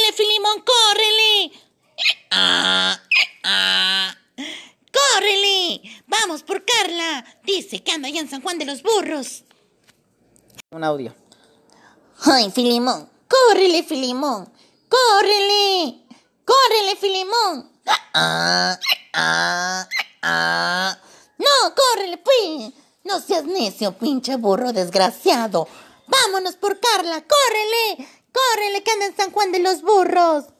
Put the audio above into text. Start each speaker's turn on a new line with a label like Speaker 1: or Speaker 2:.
Speaker 1: León, córrele. Ah, ah. ¡Córrele! ¡Vamos por Carla! Dice que anda allá en San Juan de los Burros.
Speaker 2: Un audio.
Speaker 1: ¡Ay, Filimón! ¡Córrele, Filimón! ¡Córrele! ¡Córrele, Filimón! Ah, ah, ah, ¡No, córrele, pues! ¡No seas necio, pinche burro desgraciado! ¡Vámonos por Carla! ¡Córrele! ¡Córrele, que anda en San Juan de los Burros!